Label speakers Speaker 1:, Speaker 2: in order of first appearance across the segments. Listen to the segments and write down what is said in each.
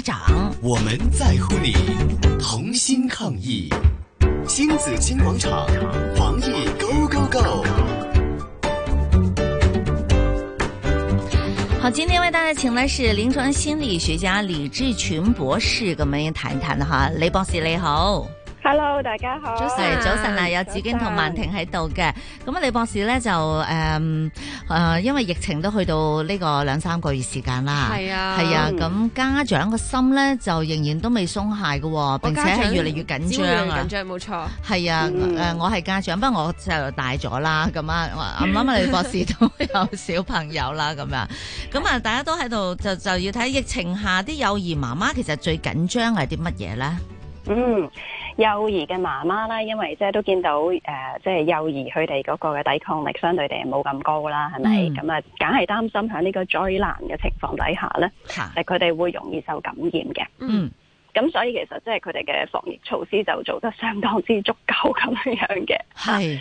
Speaker 1: 长。
Speaker 2: 我们在乎你，同心抗疫。星子金广场，防疫 Go Go Go！
Speaker 1: 好，今天为大家请来是临床心理学家李志群博士，咁樣談一談吓。李博士你好。
Speaker 3: Hello，大家好。
Speaker 1: 早晨，早晨啊，有紫荊同曼婷喺度嘅。咁啊，李博士咧就誒誒、呃因為疫情都去到呢個兩三個月時間啦。
Speaker 4: 係啊
Speaker 1: 係啊。
Speaker 3: 嗯
Speaker 1: 咁家長個心咧就仍然都未鬆懈嘅喎，並且係越嚟越緊張啊
Speaker 4: 緊。張冇錯，
Speaker 1: 係啊，誒、
Speaker 3: 嗯
Speaker 1: 我係家長，不過我就大咗啦，咁啊，我啱啱啊李博 士都有小朋友啦，咁樣，咁啊，大家都喺度就就要睇疫情下啲幼兒媽媽其實最緊張係啲乜嘢咧？
Speaker 3: 嗯，幼兒嘅媽媽啦，因為即係都見到誒、呃即係幼兒佢哋嗰個嘅抵抗力相對地冇咁高啦，係咪？
Speaker 1: 嗯
Speaker 3: 咁啊、梗係擔心喺呢個災難嘅情況底下咧，
Speaker 1: 嚇，
Speaker 3: 誒佢哋會容易受感染嘅。
Speaker 1: 嗯，
Speaker 3: 咁所以其實即係佢哋嘅防疫措施就做得相當之足夠咁樣樣嘅。
Speaker 1: 係。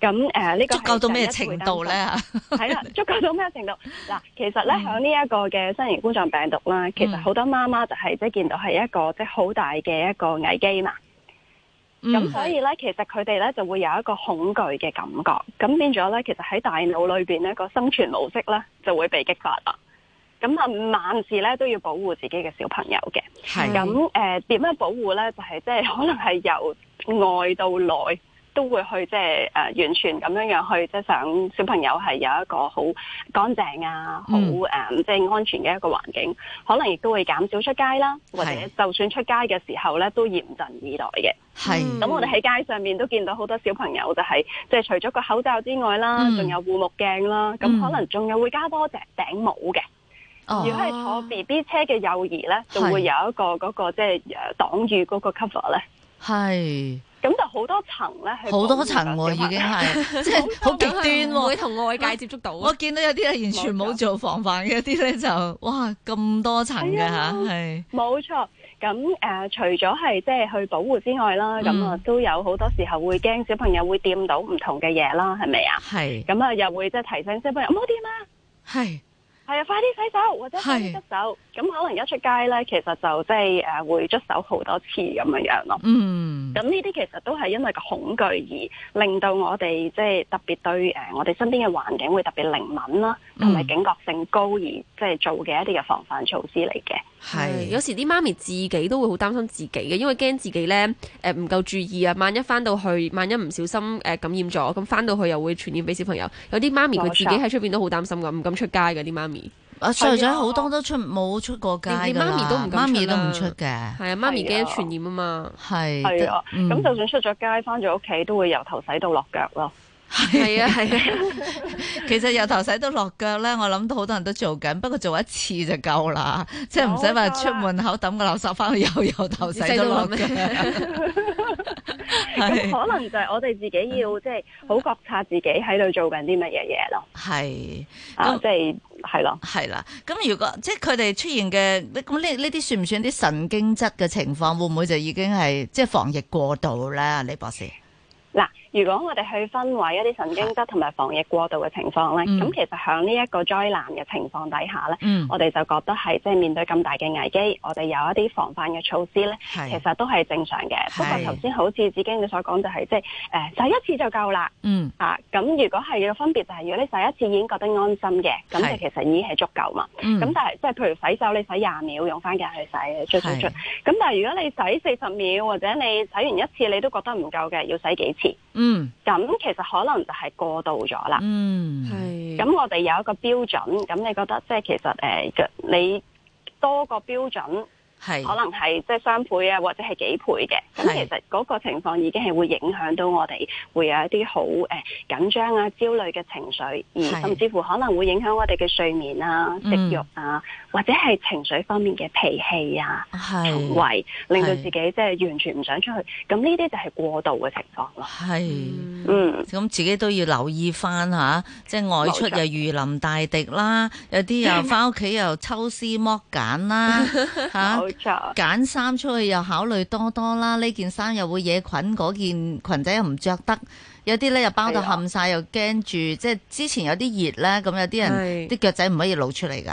Speaker 3: 咁誒呢個
Speaker 1: 足
Speaker 3: 係
Speaker 1: 夠到咩
Speaker 3: 第一會
Speaker 1: 程
Speaker 3: 擔
Speaker 1: 度
Speaker 3: 心
Speaker 1: 咧？
Speaker 3: 係啦，足夠到咩程度？嗱，其實咧
Speaker 1: 嗯
Speaker 3: 響呢一個嘅新型冠狀病毒啦，其實
Speaker 1: 嗯
Speaker 3: 好多媽媽就係即係見到係一個即係好大嘅一個危機嘛。咁
Speaker 1: 嗯
Speaker 3: 所以咧，其實佢哋咧就會有一個恐懼嘅感覺，咁變咗咧，其實喺大腦裏邊咧個生存模式咧就會被激發啦。咁啊，萬事咧都要保護自己嘅小朋友嘅。
Speaker 1: 係
Speaker 3: 咁誒點樣保護咧？就係即係可能係由外到內都會去即係誒呃完全咁樣樣去，即係想小朋友係有一個好乾淨啊，好
Speaker 1: 嗯
Speaker 3: 誒即係安全嘅一個環境，可能亦都會減少出街啦，或者
Speaker 1: 係就
Speaker 3: 就算出街嘅時候咧都嚴陣以待嘅。
Speaker 1: 係
Speaker 4: 嗯
Speaker 3: 咁我哋喺街上面都見到好多小朋友就係即係除咗個口罩之外啦，
Speaker 1: 嗯
Speaker 3: 仲、有護目鏡啦，咁
Speaker 1: 嗯
Speaker 3: 可能仲有會加多隻頂帽嘅。如果
Speaker 1: 哦，
Speaker 3: 係坐 B B 車嘅幼兒咧，
Speaker 1: 係
Speaker 3: 就會有一個嗰、個即係誒呃擋雨嗰個 cover 咧，
Speaker 1: 係
Speaker 3: 咁就好多層咧，去
Speaker 1: 好多層
Speaker 3: 保
Speaker 1: 喎，
Speaker 3: 護個小
Speaker 1: 已
Speaker 3: 朋友
Speaker 1: 經係 即係好極端
Speaker 4: 唔會
Speaker 1: 喎。
Speaker 4: 同外界接觸到。
Speaker 1: 我見到有啲係完全冇做防範，有啲咧就哇咁多層嘅
Speaker 3: 係
Speaker 1: 吓，
Speaker 3: 啊
Speaker 1: 係
Speaker 3: 冇錯。咁誒、呃除咗係即係去保護之外啦，咁啊、
Speaker 1: 嗯
Speaker 3: 都有好多時候會驚小朋友會掂到唔同嘅嘢啦，係咪啊？
Speaker 1: 係
Speaker 3: 咁啊又會即係提醒小朋友唔好掂啊！
Speaker 1: 係
Speaker 3: 係啊，快啲洗手或者快啲捽手。咁可能一出街咧，其實就即係誒會捽手好多次咁樣樣咯。
Speaker 1: 嗯
Speaker 3: 咁呢啲其實都係因為個恐懼而令到我哋即係特別對誒我哋身邊嘅環境會特別靈敏啦，同埋
Speaker 1: 嗯
Speaker 3: 警覺性高而即係做嘅一啲嘅防範措施嚟嘅。
Speaker 4: 係
Speaker 1: 係
Speaker 4: 嗯有時啲媽咪自己都會好擔心自己嘅，因為驚自己咧誒唔夠注意啊，萬一翻到去，萬一唔小心誒、感染咗，咁翻到去又會傳染俾小朋友。有啲媽咪佢
Speaker 3: 冇錯
Speaker 4: 自己喺出邊都好擔心㗎，唔敢出街㗎啲媽咪。
Speaker 1: 啊細路
Speaker 3: 係
Speaker 1: 仔
Speaker 3: 啊
Speaker 1: 好多都出冇出過街
Speaker 4: 連
Speaker 1: 㗎
Speaker 4: 連媽咪都唔
Speaker 1: 啦，媽
Speaker 4: 敢出啦
Speaker 1: 咪都唔出嘅，
Speaker 4: 係啊，媽咪驚
Speaker 3: 係啊
Speaker 4: 傳染啊嘛。
Speaker 1: 係
Speaker 3: 係啊，
Speaker 1: 嗯
Speaker 3: 咁就算出咗街，翻咗屋企都會由頭洗到落腳咯。
Speaker 4: 係啊係啊，
Speaker 1: 其實由頭洗到落腳咧，我諗到好多人都做緊，不過做一次就夠 啦，即係唔使話出門口抌個垃圾翻去又由頭洗到落腳。係嗯
Speaker 3: 咁可能 就係我哋自己要即係好覺察自己喺度做緊啲乜嘢嘢咯。
Speaker 1: 係
Speaker 3: 啊，
Speaker 1: 咁
Speaker 3: 即係係咯。
Speaker 1: 係啦，咁如果即係佢哋出現嘅咁呢呢啲算唔算啲神經質嘅情況？會唔會就已經係即係防疫過度咧？李博士，
Speaker 3: 嗱，如果我哋去分為一啲神經質同埋防疫過度嘅情況咧，
Speaker 1: 嗯
Speaker 3: 咁、其實喺呢一個災難嘅情況底下咧，
Speaker 1: 嗯，
Speaker 3: 我哋就覺得係即係面對咁大嘅危機，我哋有一啲防範嘅措施咧，其
Speaker 1: 係，
Speaker 3: 實都係正常嘅。不
Speaker 1: 係
Speaker 3: 過頭先好似子經你所講，就係即係誒洗一次就夠啦
Speaker 1: 嗯，
Speaker 3: 啊。咁如果係嘅分別就係、如果你洗一次已經覺得安心嘅，咁
Speaker 1: 係
Speaker 3: 就其實已經係足夠嘛。
Speaker 1: 嗯
Speaker 3: 咁但係即係譬如洗手，你洗廿秒用番梘去洗，捽捽捽。咁但係如果你洗四十秒或者你洗完一次你都覺得唔夠嘅，要洗幾次？
Speaker 1: 嗯
Speaker 3: 咁其實可能就係過度咗啦。
Speaker 1: 嗯，
Speaker 4: 係啊
Speaker 3: 咁、我哋有一個標準，咁你覺得即係其實誒、呃你多個標準，
Speaker 1: 係
Speaker 3: 可能係即係三倍啊，或者係幾倍嘅。咁
Speaker 1: 係
Speaker 3: 其實嗰個情況已經係會影響到我哋會有一啲好誒緊張啊、焦慮嘅情緒，
Speaker 1: 係
Speaker 3: 而甚至乎可能會影響我哋嘅睡眠啊、食
Speaker 1: 嗯
Speaker 3: 慾啊，或者係情緒方面嘅脾氣啊、行
Speaker 1: 係
Speaker 3: 為，令到
Speaker 1: 係
Speaker 3: 自己即係完全唔想出去。咁呢啲就係過度嘅情況咯。
Speaker 1: 係。
Speaker 3: 嗯。
Speaker 1: 咁自己都要留意翻吓，即係外出
Speaker 3: 冇
Speaker 1: 又
Speaker 3: 錯
Speaker 1: 如臨大敵啦，有啲又 翻屋企又抽絲剝繭啦，吓
Speaker 3: 嗯冇錯，
Speaker 1: 揀衫出去又考慮多多啦，呢件衫又會惹菌，嗰件裙仔又唔着得，有啲咧又包到
Speaker 3: 係啊
Speaker 1: 冚晒，又驚住，即係之前有啲熱咧，咁有啲人
Speaker 4: 係
Speaker 1: 啲腳仔唔可以露出嚟㗎。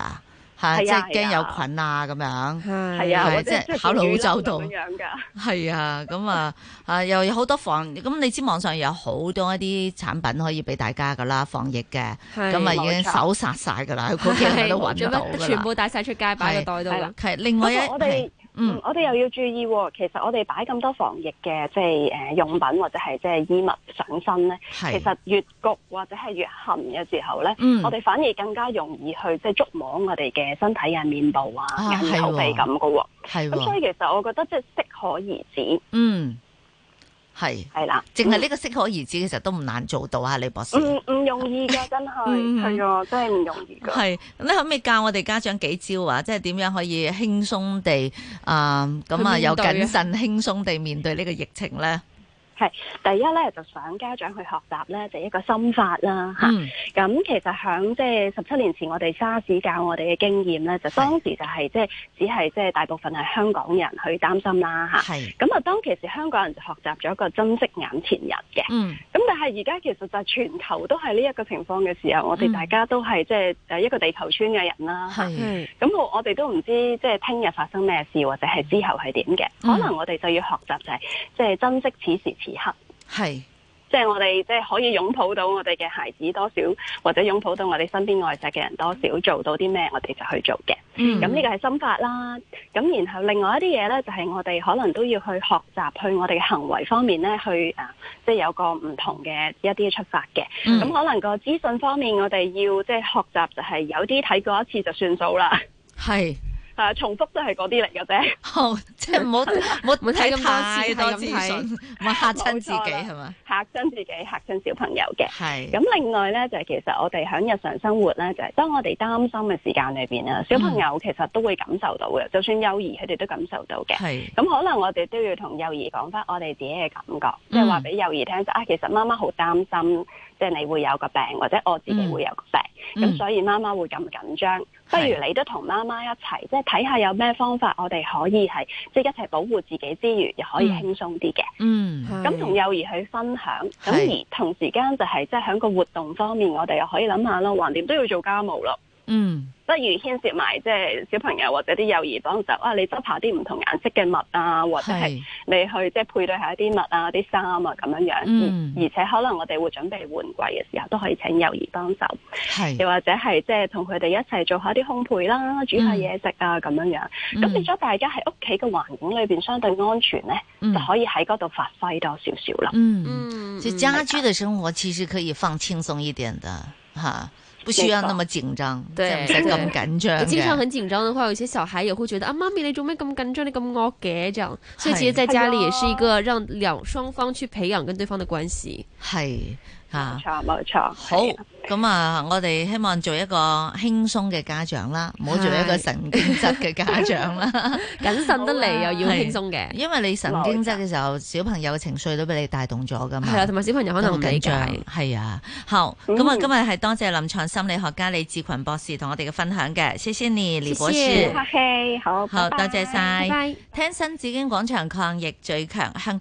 Speaker 1: 吓，
Speaker 3: 係啊
Speaker 1: 即係驚
Speaker 3: 係啊
Speaker 1: 有菌啊咁樣。
Speaker 4: 係
Speaker 3: 係啊，
Speaker 1: 係
Speaker 3: 或者
Speaker 1: 即係
Speaker 3: 即係
Speaker 1: 考慮好周到
Speaker 3: 咁樣㗎。
Speaker 1: 係啊，咁啊， 啊又有好多防，咁你知網上有好多一啲產品可以俾大家噶啦，防疫嘅，
Speaker 4: 係
Speaker 1: 咁啊已
Speaker 3: 冇
Speaker 1: 經
Speaker 3: 錯
Speaker 1: 搜殺晒噶啦，嗰幾日都
Speaker 4: 係
Speaker 1: 揾到
Speaker 4: 做乜
Speaker 1: 噶
Speaker 4: 全
Speaker 1: 啦。
Speaker 4: 部帶晒出街擺個袋度
Speaker 3: 係
Speaker 4: 啦
Speaker 3: 啦。
Speaker 1: 係另
Speaker 3: 不
Speaker 1: 外
Speaker 3: 過
Speaker 1: 一，
Speaker 3: 我
Speaker 1: 係
Speaker 3: 哋
Speaker 1: 嗯
Speaker 3: 嗯，我哋又要注意喎。其實我哋擺咁多防疫嘅即係誒用品或者係即係衣物上身咧，
Speaker 1: 係
Speaker 3: 其實越焗或者係越痕嘅時候咧，
Speaker 1: 嗯
Speaker 3: 我哋反而更加容易去即係觸摸我哋嘅身體啊、面部啊
Speaker 1: 啊、
Speaker 3: 眼頭皮
Speaker 1: 係喎
Speaker 3: 咁嘅喎。
Speaker 1: 係
Speaker 3: 咁所
Speaker 1: 喎，
Speaker 3: 以其實我覺得即係適可而止
Speaker 1: 嗯，係，
Speaker 3: 係啦。
Speaker 1: 淨係呢個嗯適可而止，其實都唔難做到啊，李博士。
Speaker 3: 嗯唔容易 㗎，真係
Speaker 1: 嗯
Speaker 3: 係啊，真係唔容易㗎。
Speaker 1: 係，咁你可唔可以教我哋家長幾招啊？即係點樣可以輕鬆地啊咁啊，
Speaker 3: 嗯
Speaker 4: 去面對啊
Speaker 1: 又謹慎輕鬆地面對呢個疫情咧？
Speaker 3: 第一咧就想家長去學習咧，就一個心法啦嚇。
Speaker 1: 嗯，
Speaker 3: 咁其實響即係十七年前，我哋沙士教我哋嘅經驗咧，就
Speaker 1: 係
Speaker 3: 當時就係即係只係即係大部分係香港人去擔心啦嚇。
Speaker 1: 係，
Speaker 3: 咁啊，當其時香港人就學習咗一個珍惜眼前人嘅。
Speaker 1: 嗯，
Speaker 3: 咁但係而家其實就係全球都係呢一個情況嘅時候，我
Speaker 1: 嗯
Speaker 3: 哋大家都係即係誒一個地球村嘅人啦。嚇
Speaker 1: 係，
Speaker 4: 係
Speaker 3: 咁我我哋都唔知即係聽日發生咩事，或者係之後係點嘅。
Speaker 1: 嗯
Speaker 3: 可能我哋就要學習就係即係珍惜此時此刻。
Speaker 1: 係，
Speaker 3: 即係我哋即係可以擁抱到我哋嘅孩子多少，或者擁抱到我哋身邊愛錫嘅人多少，做到啲咩我哋就去做嘅。
Speaker 1: 嗯
Speaker 3: 咁呢個係心法啦。咁然後另外一啲嘢呢，就係、我哋可能都要去學習，去我哋嘅行為方面呢，去啊，即係有個唔同嘅一啲出發嘅。咁、
Speaker 1: 嗯
Speaker 3: 可能個資訊方面，我哋要即係學習就係有啲睇過一次就算數啦。
Speaker 1: 係，
Speaker 3: 啊，重複都係嗰啲嚟嘅啫。
Speaker 1: 好，即 係唔好唔好
Speaker 4: 冇睇咁多
Speaker 1: 太
Speaker 4: 次
Speaker 1: 多
Speaker 4: 係咁
Speaker 1: 資
Speaker 4: 睇
Speaker 1: 訊，唔好嚇親自己
Speaker 3: 冇錯啦
Speaker 1: 係嘛？
Speaker 3: 嚇親自己，嚇親小朋友嘅。
Speaker 1: 係，
Speaker 3: 咁另外咧，就係、其實我哋喺日常生活咧，就係、當我哋擔心嘅時間裏邊啊，小朋
Speaker 1: 嗯
Speaker 3: 友其實都會感受到嘅，就算幼兒佢哋都感受到嘅。
Speaker 1: 係，
Speaker 3: 咁可能我哋都要同幼兒講翻我哋自己嘅感覺，即係話
Speaker 1: 嗯
Speaker 3: 俾幼兒聽就啊，其實媽媽好擔心，即係你會有個病，或者我自己會有個病，咁、
Speaker 1: 嗯
Speaker 3: 所以媽媽會咁緊張。不
Speaker 1: 係
Speaker 3: 如你都同媽媽一齊，即係睇下有咩方法，我哋可以係即係一齊保護自己之餘，又可以
Speaker 1: 嗯
Speaker 3: 輕鬆啲嘅。
Speaker 1: 嗯，
Speaker 3: 咁同幼兒去分享，咁
Speaker 1: 係
Speaker 3: 而同時間就係即係喺個活動方面，我哋又可以諗下咯，橫掂都要做家務咯，
Speaker 1: 嗯，
Speaker 3: 不如牽涉埋即係小朋友或者啲幼兒幫手啊，你執下啲唔同顏色嘅襪啊，或者係
Speaker 1: 係，
Speaker 3: 你去即係配對下啲襪啊、啲衫啊咁樣樣，
Speaker 1: 嗯
Speaker 3: 而而且可能我哋會準備換季嘅時候都可以請幼兒幫手，
Speaker 1: 係，
Speaker 3: 又或者係即係同佢哋一齊做下啲烘焙啦、煮
Speaker 1: 嗯
Speaker 3: 下嘢食啊咁樣樣，咁變咗大家喺屋企嘅環境裏邊相對安全咧，
Speaker 1: 嗯
Speaker 3: 就可以喺嗰度發揮多少少啦。
Speaker 1: 嗯。嗯
Speaker 4: 嗯，
Speaker 1: 就
Speaker 4: 嗯
Speaker 1: 家居的生活其实可以放轻松一点的哈，不需要那么紧张，即
Speaker 4: 對
Speaker 1: 係唔使咁緊張
Speaker 4: 我经
Speaker 1: 嘅。
Speaker 4: 常很紧张的话，有些小孩也会觉得啊，妈咪你做咩咁紧张，你咁恶嘅这样。所以
Speaker 1: 是
Speaker 4: 其实在家里也是一个让两双方去培养跟对方的关系。
Speaker 1: 係
Speaker 3: 冇
Speaker 1: 啊，
Speaker 3: 錯，冇錯。
Speaker 1: 好咁啊！我哋希望做一個輕鬆嘅家長啦，唔好做一個
Speaker 4: 係
Speaker 1: 神經質嘅家長啦。
Speaker 4: 謹慎得嚟又要
Speaker 1: 啊係
Speaker 4: 輕鬆嘅，
Speaker 1: 因為你神經質嘅時候，小朋友嘅情緒都俾你帶動咗噶嘛。啊
Speaker 4: 係啦，啊同埋小朋友可能唔
Speaker 1: 緊
Speaker 4: 理
Speaker 1: 張
Speaker 4: 解。
Speaker 1: 係啊。好，咁啊，
Speaker 3: 嗯
Speaker 1: 今日係多謝臨床心理學家李志群博士同我哋嘅分享嘅，謝謝你，李博
Speaker 4: 謝
Speaker 1: 士
Speaker 4: 謝。
Speaker 3: ，OK，好，
Speaker 1: 好，多
Speaker 3: 拜拜
Speaker 1: 謝
Speaker 4: 拜
Speaker 1: 晒。
Speaker 4: 拜。
Speaker 1: 聽新紫荊廣場抗疫最強香港。